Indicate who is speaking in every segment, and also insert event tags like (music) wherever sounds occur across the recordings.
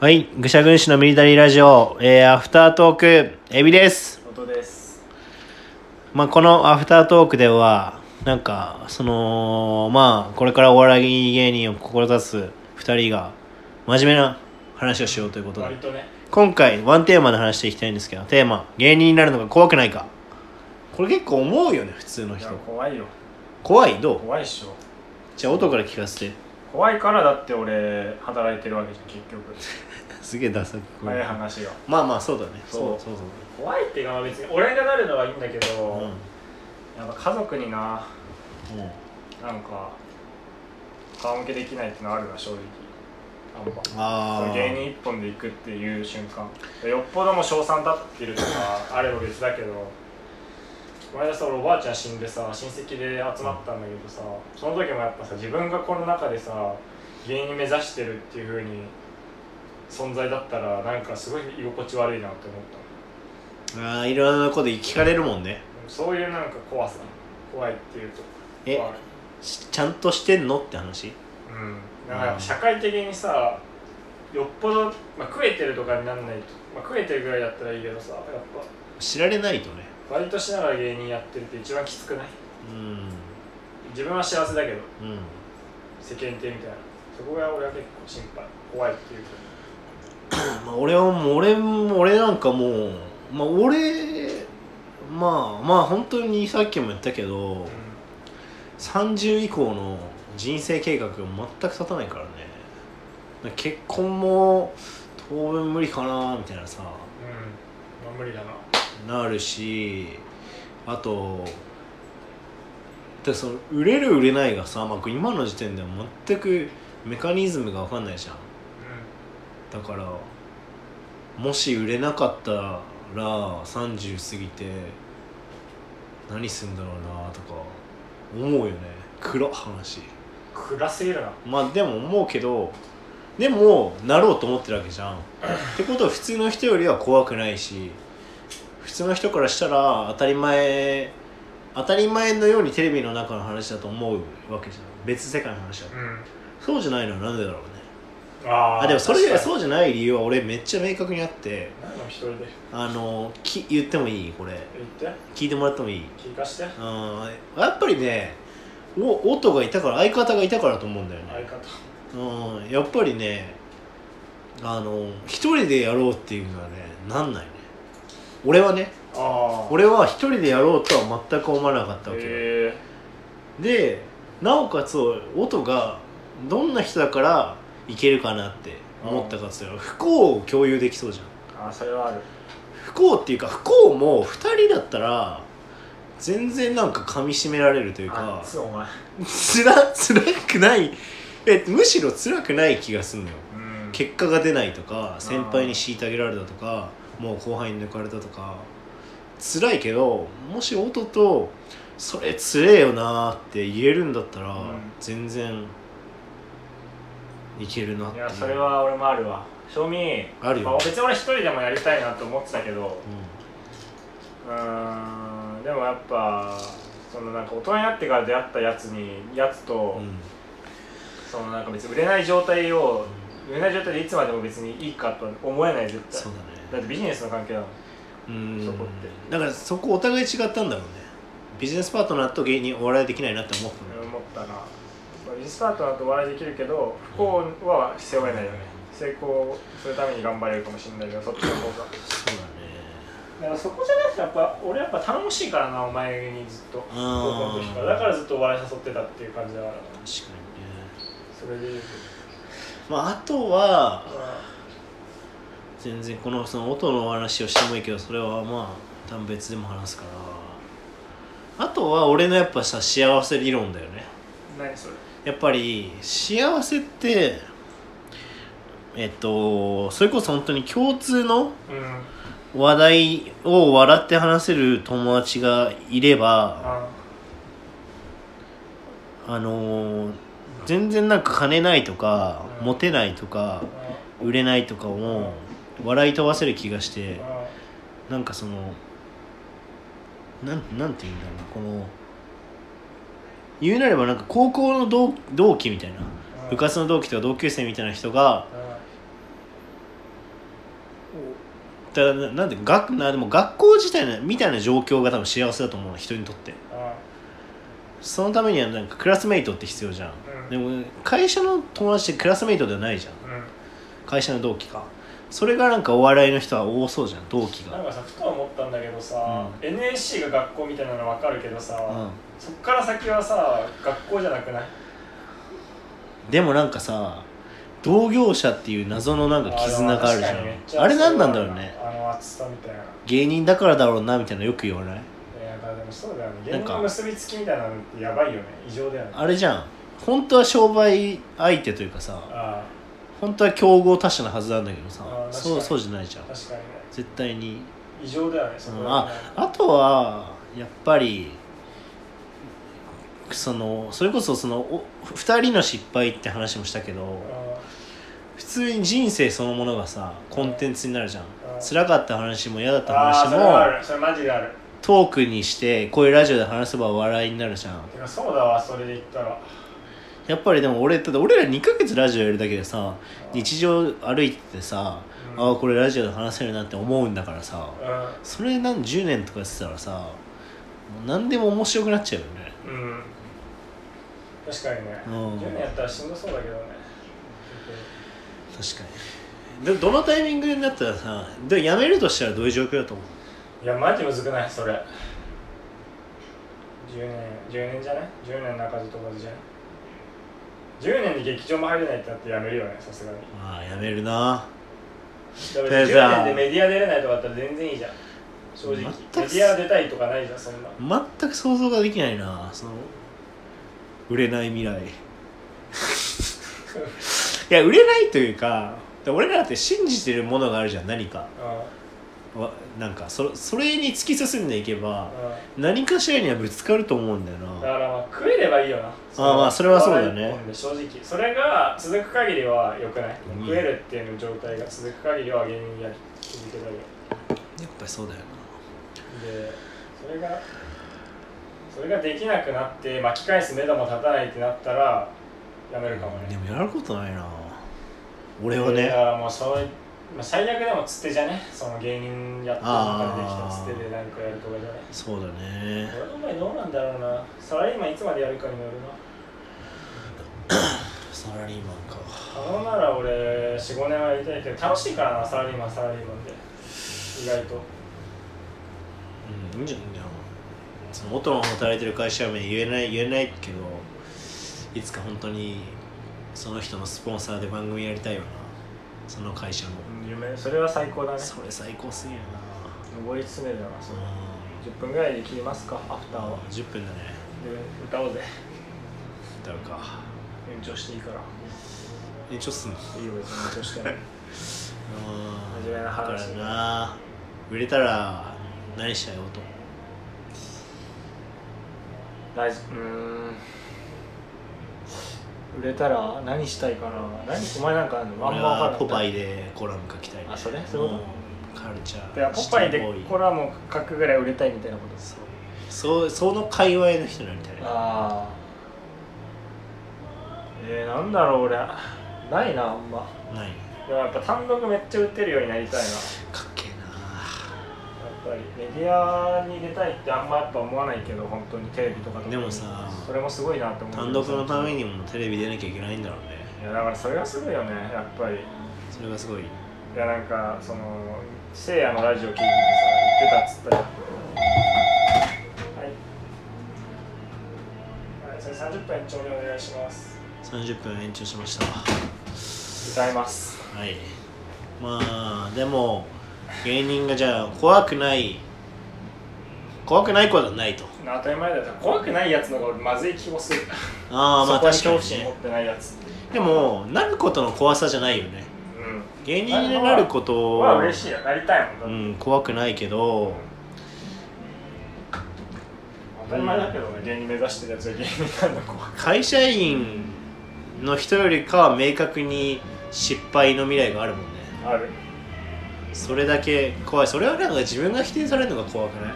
Speaker 1: はい、愚者軍師のミリタリーラジオ、えーアフタートーク、エビです。
Speaker 2: 音です
Speaker 1: まあ、このアフタートークでは、なんか、その、まあ、これからお笑い芸人を志す二人が、真面目な話をしようということ
Speaker 2: 割
Speaker 1: で、
Speaker 2: とね
Speaker 1: 今回、ワンテーマで話していきたいんですけど、テーマ、芸人になるのが怖くないか。これ結構思うよね、普通の
Speaker 2: い
Speaker 1: 人
Speaker 2: や。怖いよ
Speaker 1: 怖いどう
Speaker 2: 怖いっしょ
Speaker 1: じゃあ、音から聞かせて。
Speaker 2: 怖いからだって俺働いてるわけじゃん結局
Speaker 1: すげえダサい。
Speaker 2: 早い話が
Speaker 1: まあまあ、そうだね。
Speaker 2: そう
Speaker 1: そうそう
Speaker 2: 怖いっていうかまあ別に俺がなるのはいいんだけど、
Speaker 1: そう。うん。
Speaker 2: やっぱ家族にな
Speaker 1: うん
Speaker 2: なんか顔向けできないってのあるな正直あんまそ
Speaker 1: あ
Speaker 2: の
Speaker 1: あ。
Speaker 2: 芸人一本で行くっていう瞬間よっぽどもう賞賛立ってるとかあれば別だけど前田さ俺おばあちゃん死んでさ親戚で集まったんだけどさその時もやっぱさ自分がこの中でさ芸人目指してるっていう風に存在だったらなんかすごい居心地悪いなって思った
Speaker 1: ああいろんなとこで聞かれるもんね
Speaker 2: そういうなんか怖さ怖いっていうと
Speaker 1: え
Speaker 2: 怖い
Speaker 1: しちゃんとしてんのって話
Speaker 2: うん、なんかやっぱ社会的にさよっぽど、まあ、食えてるとかになんないと、まあ、食えてるぐらいだったらいいけどさやっぱ
Speaker 1: 知られないとね
Speaker 2: バイトしながら芸人やってるって一番きつくない
Speaker 1: うん
Speaker 2: 自分は幸せだけど
Speaker 1: うん
Speaker 2: 世間体みたいなそこが俺は結構心配怖いっていうか
Speaker 1: まあ俺はもう俺も俺なんかもうまあ俺まあまあ本当にさっきも言ったけど30以降の人生計画が全く立たないからねだから結婚も当分無理かなみたいなさ
Speaker 2: うん、うん、まあ無理だな
Speaker 1: なるしあとでその売れる売れないがさ、まあ、今の時点では全くメカニズムが分かんないじゃん
Speaker 2: う
Speaker 1: だからもし売れなかったら30過ぎて何すんだろうなとか思うよね暗っ話
Speaker 2: ん暗すぎるな
Speaker 1: まあでも思うけどでもなろうと思ってるわけじゃん。ってことは普通の人よりは怖くないし普通の人からしたら当たり前当たり前のようにテレビの中の話だと思うわけじゃん別世界の話だと
Speaker 2: うん
Speaker 1: そうじゃないのはなんでだろうね
Speaker 2: あ
Speaker 1: あでもそれ
Speaker 2: でう
Speaker 1: そうじゃない理由は俺めっちゃ明確にあって
Speaker 2: 何の一人で言っ
Speaker 1: あのき言ってもいいこれ
Speaker 2: て
Speaker 1: 聞いてもらってもいい
Speaker 2: 聞かして
Speaker 1: うんやっぱりねお音がいたから相方がいたからだと思うんだよね
Speaker 2: 相方
Speaker 1: うんやっぱりねあの一人でやろうっていうのはねなんないね俺はね
Speaker 2: あ
Speaker 1: 俺は一人でやろうとは全く思わなかったわけよ、
Speaker 2: へえ
Speaker 1: でなおかつ音がどんな人だからいけるかなって思ったかっつったら不幸を共有できそうじゃん
Speaker 2: ああそれはある
Speaker 1: 不幸っていうか不幸も2人だったら全然なんか噛みしめられるというか
Speaker 2: あつお前
Speaker 1: つら辛くないえむしろ辛くない気がすんのよ
Speaker 2: うん
Speaker 1: 結果が出ないとか先輩に虐げられたとかもう後輩に抜かれたとか辛いけどもし音と「それつれえよな」って言えるんだったら、
Speaker 2: ん
Speaker 1: 全然いけるなって
Speaker 2: い
Speaker 1: い
Speaker 2: やそれ、は俺もあるわ正味
Speaker 1: あるよ
Speaker 2: ま別に俺一人でもやりたいなと思ってたけど
Speaker 1: う
Speaker 2: うーんでもやっぱそのなんか大人になってから出会ったやつにやつと、
Speaker 1: んうん
Speaker 2: そのなんか別に売れない状態を売れない状態でいつまでも別にいいかとは思えない絶対
Speaker 1: そうだね
Speaker 2: だってビジネスの関係だもん
Speaker 1: うん
Speaker 2: そこって
Speaker 1: だからそこお互い違ったんだろうねビジネスパートナーと芸人お笑いできないなって思ったのよ、
Speaker 2: 思ったなまあビジネスパートナーとお笑いできるけど不幸は背負えないよね成功するために頑張れるかもしれないけどそっちの方が
Speaker 1: そうだね
Speaker 2: だからそこじゃないとやっぱ俺やっぱ頼もしいからなお前にずっと
Speaker 1: あ
Speaker 2: 高校の時からだからずっとお笑い誘ってたっていう感じだからな
Speaker 1: 確かにね
Speaker 2: それで言うと
Speaker 1: まああとは
Speaker 2: ま
Speaker 1: 全然このその音のお話をしてもいいけどそれはまあ多分別でも話すからあとは俺のやっぱさ幸せ理論だよね
Speaker 2: あ何それ
Speaker 1: やっぱり幸せってえっとそれこそ本当に共通の
Speaker 2: うん
Speaker 1: 話題を笑って話せる友達がいれば
Speaker 2: あ
Speaker 1: あのー全然なんか金ないとか
Speaker 2: うん
Speaker 1: モテないとか
Speaker 2: あ
Speaker 1: 売れないとかを笑い飛ばせる気がして。
Speaker 2: あ
Speaker 1: なんかそのなんなんていうんだろうなこの言うなればなんか高校の同同期みたいな
Speaker 2: あ
Speaker 1: 部活の同期とか同級生みたいな人が
Speaker 2: あ
Speaker 1: だからななんで学なでも学校自体のみたいな状況が多分幸せだと思うの人にとって
Speaker 2: あ
Speaker 1: そのためにはなんかクラスメイトって必要じゃん、
Speaker 2: うん
Speaker 1: でも会社の友達ってクラスメイトではないじゃん
Speaker 2: う
Speaker 1: 会社の同期かそれがなんかお笑いの人は多そうじゃん同期
Speaker 2: ん、な
Speaker 1: が
Speaker 2: んかさふと思ったんだけどさ、
Speaker 1: う
Speaker 2: NSC が学校みたいなの分かるけどさ、
Speaker 1: う
Speaker 2: そっから先はさ学校じゃなくない
Speaker 1: んでもなんかさ同業者っていう謎のなんか絆があるじ
Speaker 2: あの確かにめっち
Speaker 1: ゃん
Speaker 2: ゃ
Speaker 1: あれ何なんだろうね
Speaker 2: あの厚さみたいな
Speaker 1: 芸人だからだろうなみたいなのよく言わない
Speaker 2: いやまあでもそうだよね
Speaker 1: な
Speaker 2: 芸
Speaker 1: んか
Speaker 2: 人の結びつきみたいなのってやばいよね異常だよね
Speaker 1: あれじゃん本当は商売相手というかさ
Speaker 2: あ
Speaker 1: 本当は競合他社のはずなんだけどさ
Speaker 2: あー確かに
Speaker 1: そうそうじゃないじゃん
Speaker 2: あ確かにね
Speaker 1: 絶対に
Speaker 2: 異常だよねそこ
Speaker 1: う
Speaker 2: は
Speaker 1: ん
Speaker 2: ね
Speaker 1: ああとはやっぱりそのそれこそそのお2人の失敗って話もしたけど普通に人生そのものがさコンテンツになるじゃん
Speaker 2: うん
Speaker 1: 辛かった話も嫌だった
Speaker 2: ああー
Speaker 1: 話
Speaker 2: それはあ
Speaker 1: も
Speaker 2: るそれマジである
Speaker 1: トークにしてこういうラジオで話せば笑いになるじゃん
Speaker 2: てかそうだわそれで言ったら
Speaker 1: やっぱりでも俺だって俺ら2ヶ月ラジオやるだけでさ日常歩いててさ、
Speaker 2: うん
Speaker 1: ああこれラジオで話せるなって思うんだからさ
Speaker 2: う
Speaker 1: それなん10年とかやってたらさもう何でも面白くなっちゃうよね
Speaker 2: ん、うん、確かにね、
Speaker 1: うん
Speaker 2: 10年やったらしんどそうだけどね
Speaker 1: 確かにでどのタイミングになったらさで辞めるとしたらどういう状況だと思う
Speaker 2: いやマジむずくないそれ10年10年じゃない10年中ずと同じじゃない10年で劇場も入れないってなってやめるよねさすがに
Speaker 1: ああ辞めるな
Speaker 2: だから
Speaker 1: ペーザー
Speaker 2: 10年でメディア出れないとかだったら全然いいじゃん正直メデ
Speaker 1: 全く
Speaker 2: ィア出たいとかないじゃんそんな
Speaker 1: 全く想像ができないなその売れない未来 (laughs) いや売れないというか俺らって信じてるものがあるじゃん何か
Speaker 2: う
Speaker 1: わなんかそそれに突き進んでいけば
Speaker 2: んうん
Speaker 1: 何かしらにはぶつかると思うんだよ
Speaker 2: だ
Speaker 1: な
Speaker 2: からまあ食えればいいよな
Speaker 1: あまあそれはそうだよね
Speaker 2: 一本で正直それが続く限りは良くない、
Speaker 1: うん
Speaker 2: 食えるっていうの状態が続く限りは芸人やり続けたいよ
Speaker 1: やっぱりそうだよな
Speaker 2: でそれがそれができなくなって巻き返す目処も立たないってなったらやめるかもね
Speaker 1: でもやることないな俺は
Speaker 2: だ
Speaker 1: ね
Speaker 2: からもうそういうまあ最悪でもつてじゃねその芸人やってる中でできたつてで何かやるとかじゃね
Speaker 1: そうだね
Speaker 2: 俺の前どうなんだろうなサラリーマンいつまでやるかによるな
Speaker 1: サラリーマンか
Speaker 2: 可能なら俺45年はやりたいけど楽しいからなサラリーマンサラリーマンで意外と
Speaker 1: うんいいんじゃないその元の働いてる会社名言えない言えないけどいつか本当にその人のスポンサーで番組やりたいよなその会社の
Speaker 2: 夢それは最高だね
Speaker 1: それ最高すぎる
Speaker 2: 上り詰めるな
Speaker 1: な
Speaker 2: その
Speaker 1: う
Speaker 2: 10分ぐらいで切りますかアフター
Speaker 1: ん
Speaker 2: は
Speaker 1: 10分だね
Speaker 2: で歌おうぜ
Speaker 1: 歌うか
Speaker 2: 延長していいから
Speaker 1: 延長すんの
Speaker 2: いいよ別に延長して (laughs) ない
Speaker 1: うん
Speaker 2: 真面目な
Speaker 1: だから
Speaker 2: 話
Speaker 1: な売れたら何したいよと
Speaker 2: 大事うーん売れたら何したいかな何お前なんかあんのあん
Speaker 1: 俺
Speaker 2: ま分から
Speaker 1: は
Speaker 2: ん
Speaker 1: ポパイでコラム書きたいね
Speaker 2: あそれそういうこ
Speaker 1: うんカルチャー
Speaker 2: でポパイで
Speaker 1: シティボーイ
Speaker 2: コラムを書くぐらい売れたいみたいなことです
Speaker 1: そうその界隈の人になりたいな
Speaker 2: ああえー、なんだろう俺ないなあんま
Speaker 1: ない
Speaker 2: でもやっぱ単独めっちゃ売ってるようになりたいなや
Speaker 1: かっけえな
Speaker 2: っぱりメディアに出たいってあんまやっぱ思わないけど本当にテレビとかと
Speaker 1: でもさ
Speaker 2: それもすごいなって思う
Speaker 1: 単独のために
Speaker 2: に
Speaker 1: もテレビ出なきゃいけないんだろうね
Speaker 2: いやだからそれがすごいよねやっぱり
Speaker 1: それがすごい
Speaker 2: いやなんかそのせいやのラジオ聞いててさ言ってたっつったじゃんはい、はい、それ30分延長でお願いします
Speaker 1: 30分延長しました
Speaker 2: 歌います
Speaker 1: はいまあでも芸人がじゃあ怖くない怖くないことはないと
Speaker 2: 当たり前だよ怖くないやつのが俺まずい気もする
Speaker 1: ああまあ確
Speaker 2: そ
Speaker 1: か
Speaker 2: こに
Speaker 1: に、
Speaker 2: 恐怖心持
Speaker 1: ね
Speaker 2: っ、てないやつ
Speaker 1: でもなることの怖さじゃないよね
Speaker 2: うん
Speaker 1: 芸人になること
Speaker 2: は嬉しいよなりたいも
Speaker 1: うん
Speaker 2: だっ
Speaker 1: ん
Speaker 2: て、
Speaker 1: 怖くないけど
Speaker 2: 当たり前だけどね芸人目指してるやつが芸人なんだ怖い
Speaker 1: 会社員の人よりかは明確に失敗の未来があるもんね
Speaker 2: ある
Speaker 1: それだけ怖いそれはなんか自分が否定されるのが怖くない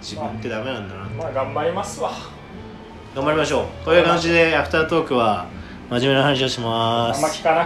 Speaker 1: 自分ってダメなんだな
Speaker 2: まあ頑張りますわ
Speaker 1: 頑張りましょうという感じでアフタートークは真面目な話をし
Speaker 2: あ
Speaker 1: ま
Speaker 2: ん
Speaker 1: す
Speaker 2: ま聞かない